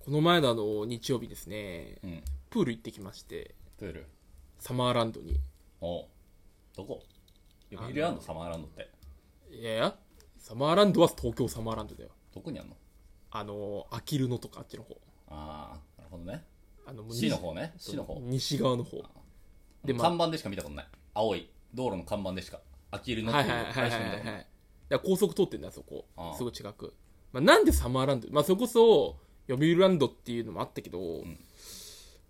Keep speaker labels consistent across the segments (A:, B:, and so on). A: この前のあの日曜日ですね
B: うん
A: プール行ってきまして
B: プール
A: サマーランドに
B: おうどこ読売ランドサマーランドって
A: いやいやサマーランドは東京サマーランドだよ
B: どこにあんの
A: あのあきる野とかあっちの方
B: ああなるほどね
A: あのもう
B: C の方ね C の方
A: 西側の方でまあ
B: 看板でしか見たことない青い道路の看板でしかアキルの
A: は
B: っ
A: い
B: てい
A: は
B: う
A: い
B: の
A: はいは
B: を
A: いは
B: 最
A: い
B: 初
A: は
B: に見たことない
A: いだから高速通ってんだよそこ
B: ああ
A: すぐ近く、まあ、なんでサマーランド、まあ、それこそ読売ランドっていうのもあったけど、
B: ん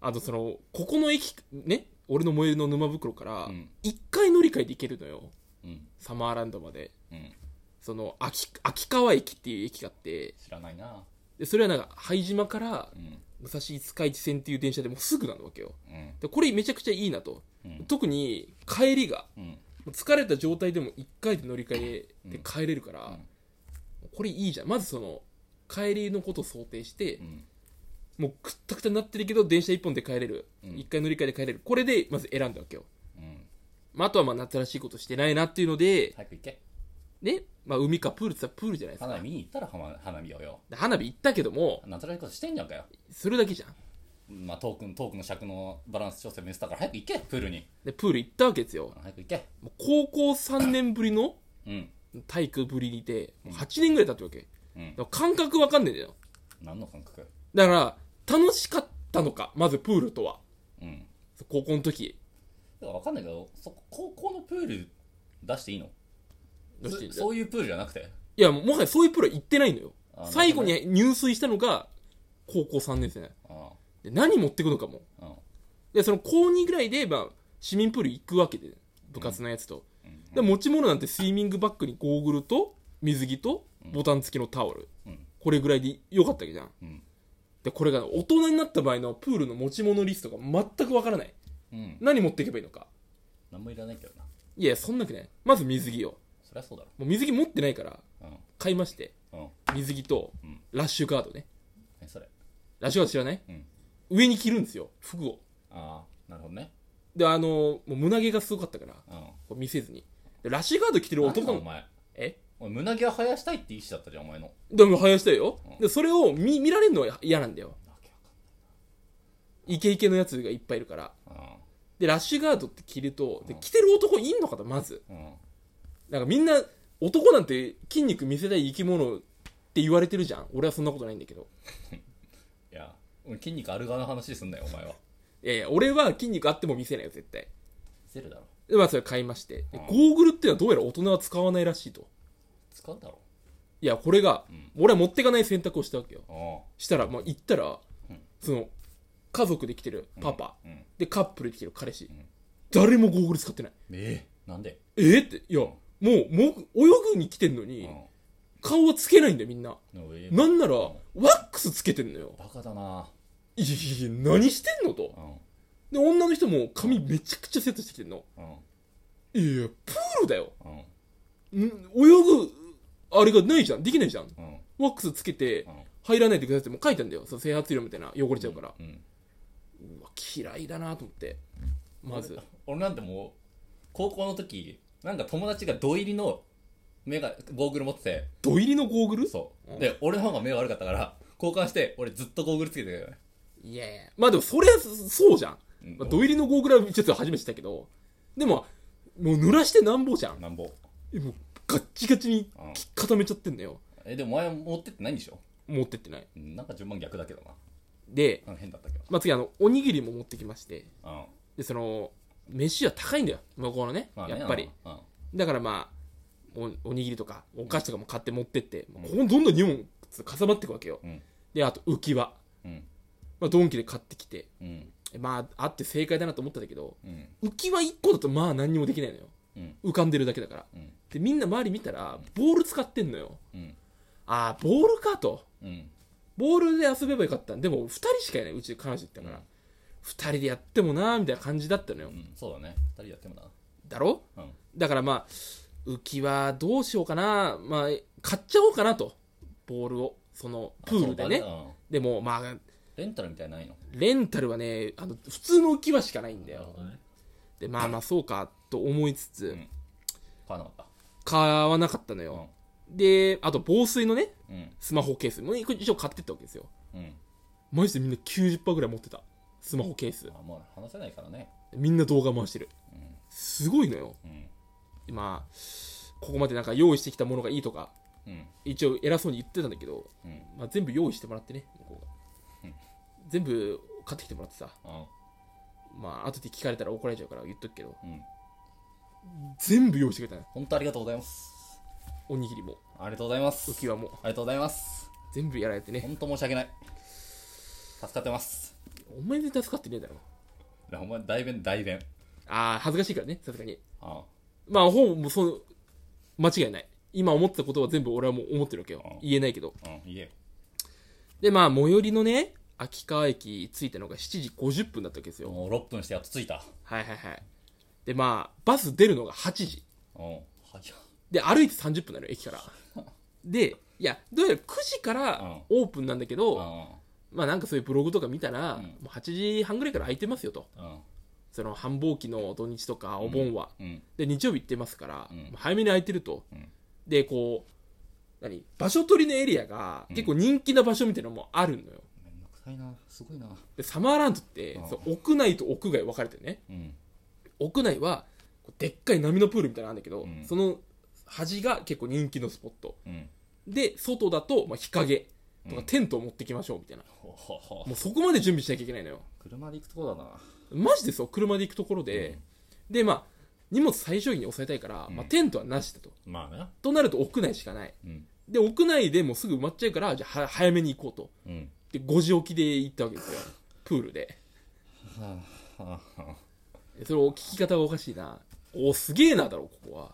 A: あのそのここの駅ね俺の最寄りの沼袋から
B: うん
A: 1回乗り換えで行けるのよ、
B: うん
A: サマーランドまで
B: うん
A: その秋秋川駅っていう駅があって
B: 知らないな
A: でそれはなんか拝島から
B: うん
A: 武蔵五日市線っていう電車でもうすぐなのわけよ
B: うん
A: でこれめちゃくちゃいいなと、
B: うん
A: 特に帰りが
B: うん
A: 疲れた状態でも1回で乗り換えで
B: うん
A: 帰れるから、これいいじゃんまずその帰りのことを想定して、
B: うん
A: もうくったくたになってるけど電車1本で帰れる、
B: うん
A: 1回乗り換えで帰れるこれでまず選んだわけよ、
B: うん
A: まあ、あとはまあ夏らしいことしてないなっていうので、
B: 早く行け
A: ねまあ、海かプールって言ったらプールじゃないですか
B: 花火見に行ったら花花火をよ
A: で花火行ったけども
B: 夏らしいことしてんじゃんかよ
A: それだけじゃん
B: まあトークントークの尺のバランス調整メスだから早く行けプールに
A: でプール行ったわけですよ
B: 早く行け
A: もう高校3年ぶりの
B: うん
A: 体育ぶりにて8年ぐらい経ってるわけ
B: うん
A: だから感覚わかんねえんだよ
B: 何の感覚
A: だから楽しかったのかまずプールとは
B: うん
A: 高校の時
B: だから分かんないけどそこ高校のプール出していいの
A: どうして
B: そそういうプールじゃなくて
A: いや、もはやそういうプロは行ってないのよ
B: あ。ー
A: 最後に入水したのが、高校3年生ね。
B: あ
A: で、何持ってくのかも。
B: あうん
A: で、その高2ぐらいで、まあ、市民プール行くわけで、部活のやつと。
B: うん
A: で、持ち物なんてスイミングバッグにゴーグルと、水着と、ボタン付きのタオル。
B: うん
A: これぐらいでよかったわけじゃん。
B: うん
A: で、これが大人になった場合のプールの持ち物リストが全くわからない。
B: うん
A: 何持っていけばいいのか。
B: 何もいらないけどない
A: や、そんなわけない。まず水着よ。
B: そりゃそうだろ
A: もう水着持ってないから、
B: う
A: 買いまして。
B: んうん
A: 水着と
B: うん、
A: ラッシュガードね。
B: えそれ
A: ラジオは知らない、
B: うん
A: 上に着るんですよ服を
B: ああなるほどね
A: であのもう胸毛がすごかったから
B: うん
A: こう見せずにでラッシュガード着てる男
B: なんだお
A: の
B: 前
A: え
B: お前胸毛は生やしたいって意思だったじゃんお前の
A: でも生やしたいよ、
B: うん
A: でそれを見見られるのは嫌なんだよ
B: わけわか
A: イケイケのやつがいっぱいいるから
B: んない
A: でラッシュガードって着るとで
B: うん
A: 着てる男いんのかとまず
B: うんうん
A: なんかみんな男なんて筋肉見せたい生き物って言われてるじゃん俺はそんなことないんだけど
B: いや俺筋肉ある側の話すんなよお前はい
A: やいや俺は筋肉あっても見せないよ絶対
B: ゼルだろ
A: でまあそれ買いましてで
B: うん
A: ゴーグルっていうのはどうやら大人は使わないらしいと
B: 使うだろ
A: いやこれが
B: うん
A: 俺は持ってかない選択をしたわけよ
B: あ
A: したら、まあ、行ったら、
B: うん
A: その家族で来てる
B: あ
A: パパ、
B: うん
A: でカップルで来てる彼氏、
B: ん
A: 誰もゴーグル使ってない
B: ええなんで
A: えーっていやもうもう泳ぐに来てんの
B: う
A: に、
B: ん
A: 顔はつけないんだよみんな
B: ええ
A: なんなら、ワ
B: ん
A: ックスつけてんのよ
B: バカだない
A: やいやいや何してんのと
B: うん
A: で女の人も髪めちゃくちゃセットしてきてんの
B: うん
A: いやいやプールだよ
B: うん
A: ん泳ぐあれがないじゃんできないじゃん
B: うん
A: ワックスつけて
B: うん
A: 入らないでくださいってもう書いたんだよその整髪料みたいな汚れちゃうから、
B: うん
A: うわ嫌いだなと思ってまず
B: 俺なんてもう高校の時なんか友達が土入りの目がゴーグル持って
A: 土入りのゴーグル
B: てそう、
A: うん
B: で俺の方が目悪かったから交換して俺ずっとゴーグルつけてたよね
A: いやいやまあでもそれはそうじゃん、
B: うん
A: まあ、土入りのゴーグルはちょっと初めて知ったけどでももう濡らしてなんぼじゃん
B: なんぼ
A: えもうガッチガチに
B: うん
A: き固めちゃってんだよ
B: えでもお前は持ってってないんでしょ
A: 持ってってない
B: うんなんか順番逆だけどな
A: で、
B: なんか変だったけど
A: まあ、次あのおにぎりも持ってきまして
B: うん
A: でその飯は高いんだよ向こうのね,、
B: まあね
A: やっぱり
B: うんうん
A: だからまあおおにぎりとかお菓子とかも買って持ってって、もうここにどんどん2本かさばっていくわけよ、
B: うん
A: であと浮き輪、
B: うん
A: まあ、ドンキで買ってきて
B: うん
A: まああって正解だなと思ったんだけど
B: うん
A: 浮き輪1個だとまあ何にもできないのよ
B: うん
A: 浮かんでるだけだから
B: うん
A: でみんな周り見たらボール使ってんのよ
B: うん
A: ああボールかと
B: うん
A: ボールで遊べばよかったでも2人しかいないうち彼女行ったから、
B: うん
A: 2人でやってもなーみたいな感じだったのよ、
B: うんそうだね二人でやってもな
A: だろ
B: うん
A: だからまあ浮き輪どうしようかなまあ買っちゃおうかなとボールをそのプールで
B: あ
A: ね
B: そうだうん
A: でもまあ
B: レンタルみたいなのないの
A: レンタルはねあの普通の浮き輪しかないんだよ
B: どね
A: でまあまあそうかと思いつつ、
B: ん買わなかっ
A: 買わなかったのよ、であと防水のね
B: たうん
A: スマホケースもう一応買ってったわけですよ
B: うん
A: マジでみんな90%ぐらい持ってた。スマホケース。
B: まあ、もう話せないからね。
A: みんな動画回してる。
B: うん。
A: すごいのよ。
B: うん。
A: まあ、ここまでなんか用意してきたものがいいとか、
B: うん。
A: 一応偉そうに言ってたんだけど、
B: うん。
A: まあ、全部用意してもらってね、向こう
B: う
A: が
B: ん。
A: 全部買ってきてもらってさ、
B: あ
A: まあ、後で聞かれたら怒られちゃうから言っとくけど、
B: うん。
A: 全部用意してくれたね。
B: 本当ありがとうございます。
A: おにぎりも、
B: ありがとうございます。
A: 浮き輪も、
B: ありがとうございます。
A: 全部やられてね。
B: 本当申し訳ない。助かってます。
A: お前で助かってねえだろ。
B: いやお前、代弁、代弁。
A: ああ、恥ずかしいからね、さすがに。
B: ああ
A: まあ、ほぼもうその、間違いない。今思ってたことは全部俺はもう思ってるわけ
B: うん
A: よ。言えないけど。
B: うん、言えよ。
A: で、まあ、最寄りのね、秋川駅着いたのが7時50分だったわけですよ。
B: もう6分してやっと着いた。
A: はいはいはい。で、まあ、バス出るのが8時。
B: うん。早っ。
A: で、歩いて30分なのよ、駅から。 で、いや、どうやら9時からオープンなんだけ
B: う
A: ど、
B: ん。
A: まあなんかそういうブログとか見たら、
B: うん
A: もう8時半ぐらいから空いてますよと。
B: うん。
A: その繁忙期の土日とかお盆は。
B: うん。
A: で、日曜日行ってますから、
B: うん
A: もう早めに空いてると。
B: うん
A: で、こう、何場所取りのエリアが結構人気な場所みたいなのもあるのよ。
B: めんどくさいな。すごいな。
A: で、サマーランドって
B: ああ、
A: そう屋内と屋外分かれてね。
B: うん。
A: 屋内は、こうでっかい波のプールみたいなのあるんだけど、
B: うん
A: その端が結構人気のスポット。
B: うん。
A: で、外だと、まあ、日陰と
B: う
A: か
B: ん
A: テントを持ってきましょうみたいな。
B: ほほほ
A: もうそこまで準備しなきゃいけないのよ。
B: 車で行くとこだな。
A: マジでそう、車で行くところで、で、まあ、荷物最小限に抑えたいから、
B: うん
A: まあ、テントはなしだと。
B: まあな。
A: となると屋内しかない。
B: うん。
A: で、屋内でもうすぐ埋まっちゃうから、じゃあは早めに行こうと。
B: うん。
A: で、5時起きで行ったわけ ですよ。プールで。
B: はあ、はあ、はあ。
A: それを聞き方がおかしいな。おすげえなだろ、ここは。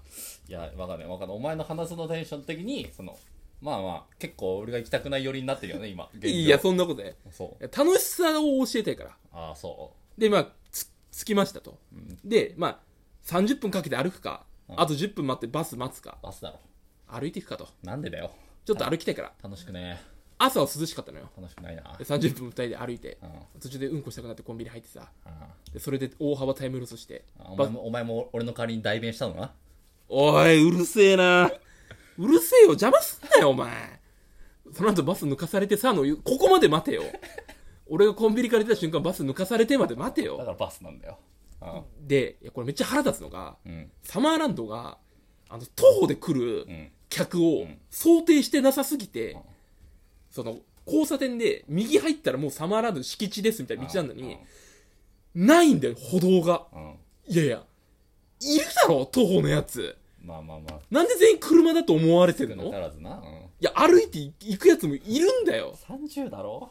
B: いや、わかんないわかんない。お前の話のテンション的に、その、まあまあ、結構俺が行きたくない寄りになってるよね、今。現状
A: いや、そんなことで。
B: そう。
A: 楽しさを教えたいから。
B: ああ、そ
A: で、まあ、つ、着きましたと。
B: う。うん。
A: で、まあ、30分かけて歩くか、
B: うん
A: あと10分待ってバス待つか、
B: バスだろ。
A: 歩いていくかと。
B: なんでだよ。
A: ちょっと歩きたいから。
B: 楽しくね
A: 朝は涼しかったのよ。
B: え。楽しくないな
A: で。30分2人で歩いて
B: う、ん。うん
A: 途中でうんこしたくなってコンビニ入ってさ、
B: あ
A: でそれで大幅タイムロスして、
B: お
A: バ
B: 前も、お前も俺の代わりに代弁したのな。
A: おいうるせえな。うるせえよ、邪魔すんなよ、お前。その後バス抜かされてさの、ここまで待て よ。俺がコンビニから出た瞬間バス抜かされてまで待て
B: だか
A: よ。
B: らバスなんだよ。う
A: で、いやこれめっちゃ腹立つのが、
B: ん。うん。
A: サマーランドが、あの、徒歩で来る、
B: うん。
A: 客を
B: ん
A: 想定してなさすぎて、
B: うん
A: その交差点で右入ったらもうサマーランドの敷地ですみたいな道なのに、ないんだよ歩道が
B: うん。うん。
A: いやいやいるだろ徒歩のやつ
B: まあまあまあ。
A: なんで全員車だと思われてるの
B: 少なか
A: い
B: らずな。うん。
A: や歩いて行くやつもいるんだよ
B: 30だろ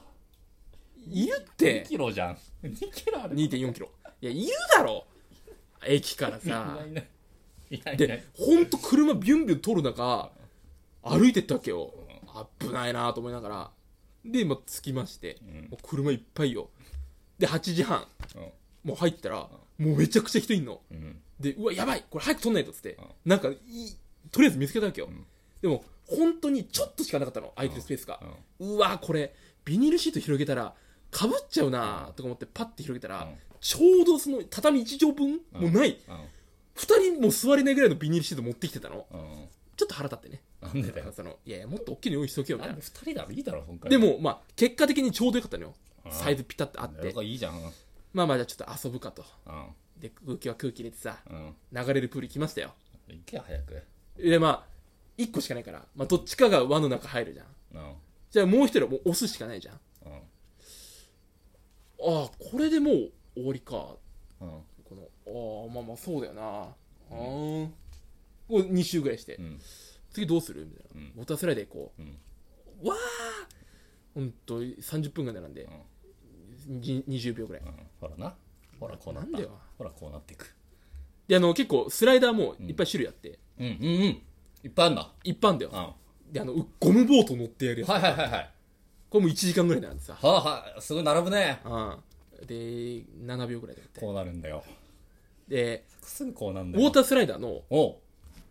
A: いるっ
B: ?2
A: て
B: キロじゃん。2キロある。
A: 2 4キロいやいるだろ駅から
B: い
A: さ
B: ないいない。いないいな
A: で
B: い。
A: ほんと車ビュンビュン取る中歩いてったわけよ危ないなと思いながらで、まあ、着きまして、
B: ん
A: もう車いっぱいよで8時半
B: うん。
A: もう入ったらもうめちゃくちゃ人いんの
B: うん。
A: でうわやばいこれ早く取んないとっつってなんかいいとりあえず見つけたわけよ、
B: ん
A: でも本当にちょっとしかなかったの空いてるスペースが
B: うん。
A: うわこれビニールシート広げたらかぶっちゃうなとか思ってパッて広げたら、
B: うん
A: ちょうどその畳1畳分、もうない
B: うん
A: 2人もう座れないぐらいのビニールシート持ってきてたの
B: うん。
A: ちょっと腹立ってね
B: なんでだよ。
A: そのいやいやもっと大きいの用意しとけよみ
B: な
A: たい
B: ん
A: な
B: で2人だろいいだろ、今回。
A: で、もまあ結果的にちょうどよかったのよ
B: うん
A: サイズピタッとあっ
B: なん
A: て
B: かいいじゃん。うん。
A: まあまあじゃあちょっと遊ぶかと
B: うん
A: で空気は空気入れてさ
B: うん。
A: 流れるプール行きましたよ
B: 行けよ、早く。
A: でまあ1個しかないから、まあ、どっちかが輪の中入るじゃん
B: うん。うん。
A: じゃあもう一人はもう押すしかないじゃんああこれでもう終わりか
B: うん。
A: このああまあまあそうだよなうんこう2周ぐらいして、
B: うん。
A: 次どうするみたいな、
B: うん
A: ウォータースライダー行こう、
B: うん
A: わあほんと30分ぐらいなんで、に20秒ぐらい
B: うんほらな。ほら、こうなっ
A: なん
B: た
A: でよ。
B: ほら、こうなっていく。
A: であの結構スライダーもいっぱい種類あって、
B: うん、うん、うん。いっぱいあんだ。
A: 一般だよ
B: うん。は
A: であのうゴムボート乗ってやる
B: い
A: やつ
B: はいはいはい。
A: これも1時間ぐらいなんでさ
B: はあはあ、すごい並ぶね。
A: うんで7秒ぐらいでやって
B: こうなるんだよ。
A: です
B: ぐこうなん
A: ウ
B: だ
A: ォ
B: よ。
A: ータースライダーの
B: おう。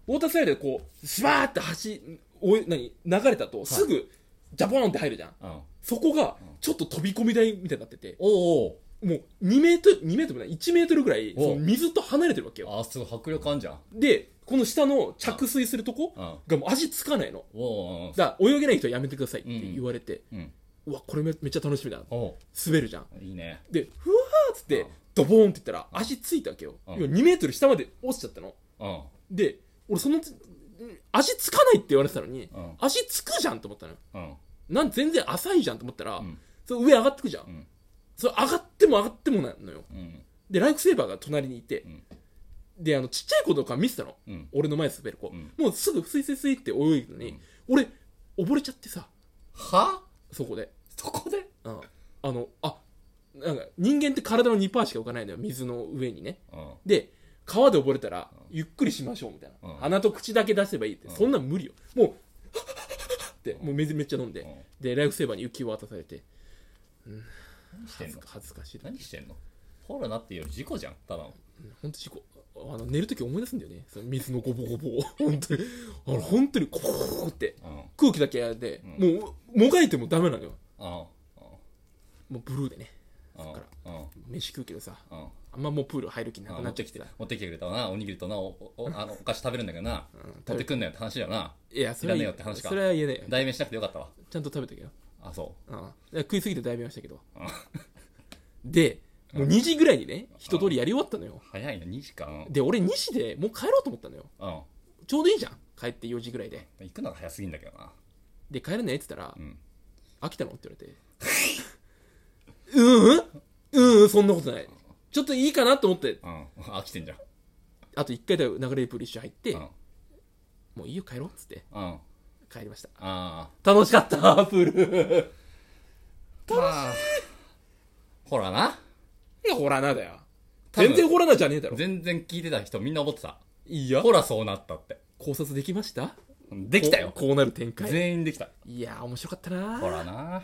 A: ウォータースライダーでこうスワーって走おい何流れたとすぐジャボーンって入るじゃん
B: うん。
A: そこがちょっと飛び込み台みたいになってて
B: おう
A: もう2メートル2メートルもない1メートルぐらい
B: お
A: その水と離れてるわけ
B: お
A: よ
B: う。あ、すごい迫力あんじゃん。
A: でこの下の着水するとこ
B: うん。
A: がもう足つかないの
B: おうおう
A: だから泳げない人はやめてくださいって言われて、
B: おう。うん。
A: うわこれめめっちゃ楽しみだ
B: お
A: 滑るじゃん
B: ういいね
A: でふわーっつっ
B: う
A: て
B: ん
A: ドボーンって言ったら足ついたわけよ
B: うん
A: 要は2メートル下まで落ちちゃったの
B: うん
A: で俺そのつ足つかないって言われてたのに
B: うん
A: 足つくじゃんと思ったのよ
B: うん
A: なん全然浅いじゃんと思ったら、
B: うん
A: それ上上がってくじゃん、
B: うん
A: それ上がっても上がってもないのよ
B: うん
A: でライフセーバーが隣にいて、
B: ん
A: であのちっちゃい子とか見てたの
B: うん
A: 俺の前滑る子、
B: ん
A: もうすぐスイスイスイって泳ぐのに、俺溺れちゃってさ
B: は
A: そこで、
B: そこで
A: うん、あのあなんか人間って体の2%しか浮かないのよ水の上にね
B: うん
A: で川で溺れたらゆっくりしましょうみたいな、
B: うん
A: 鼻と口だけ出せばいいって、そんなん無理よもうってもう水めっちゃ飲んで、
B: うん
A: でライフセーバーに浮きを渡されて
B: 何してんの
A: 恥ずかしいな
B: 何してんのポロなっていうより事故じゃんただの
A: 本当事故あの寝るとき思い出すんだよねその水のゴボゴボを本当にあの本当にコーって
B: うん
A: 空気だけで、もうもがいてもダメなのよ
B: うん
A: もうブルーでね
B: うん
A: から
B: うん
A: 飯食うけどさ
B: うん
A: あんまもうプール入る気な
B: あ
A: くな
B: 持
A: っ
B: っ
A: ちゃ
B: て
A: っ
B: き
A: て
B: て
A: さ
B: 持ってきてくれたなおにぎりとなおおあのお菓子食べるんだけどな持ってくんなよって話だよない
A: やそれはいい
B: らねえよって話か
A: それは言えないよ
B: 代弁しなくてよかったわ
A: ちゃんと食べたけど
B: あそ
A: ああ食いすぎてだいぶましたけど
B: う、うん、
A: でもう2時ぐらいにね一通りやり終わったのよ
B: 早いな2時間
A: で俺2時でもう帰ろうと思ったのよ
B: うん
A: ちょうどいいじゃん帰って4時ぐらいで
B: 行くのが早すぎんだけどな
A: で帰らないって言ったら
B: うん
A: 飽きたのって言われてうーんうーんそんなことないちょっといいかなと思って
B: うん飽きてんじゃん
A: あと1回だよ流れプール一緒入って、
B: うん
A: もういいよ帰ろうっつって
B: うんあ
A: 帰りました
B: あ
A: 楽しかったプール
B: 楽しいほらない
A: やホラーなだよ
B: 多分
A: 全然ホラーなじゃねえだろ
B: 全然聞いてた人みんな思ってた
A: いいや
B: ほらそうなったって
A: 考察できました
B: できたよ
A: こうこうなる展開
B: 全員できた
A: いや面白かったな
B: ほらな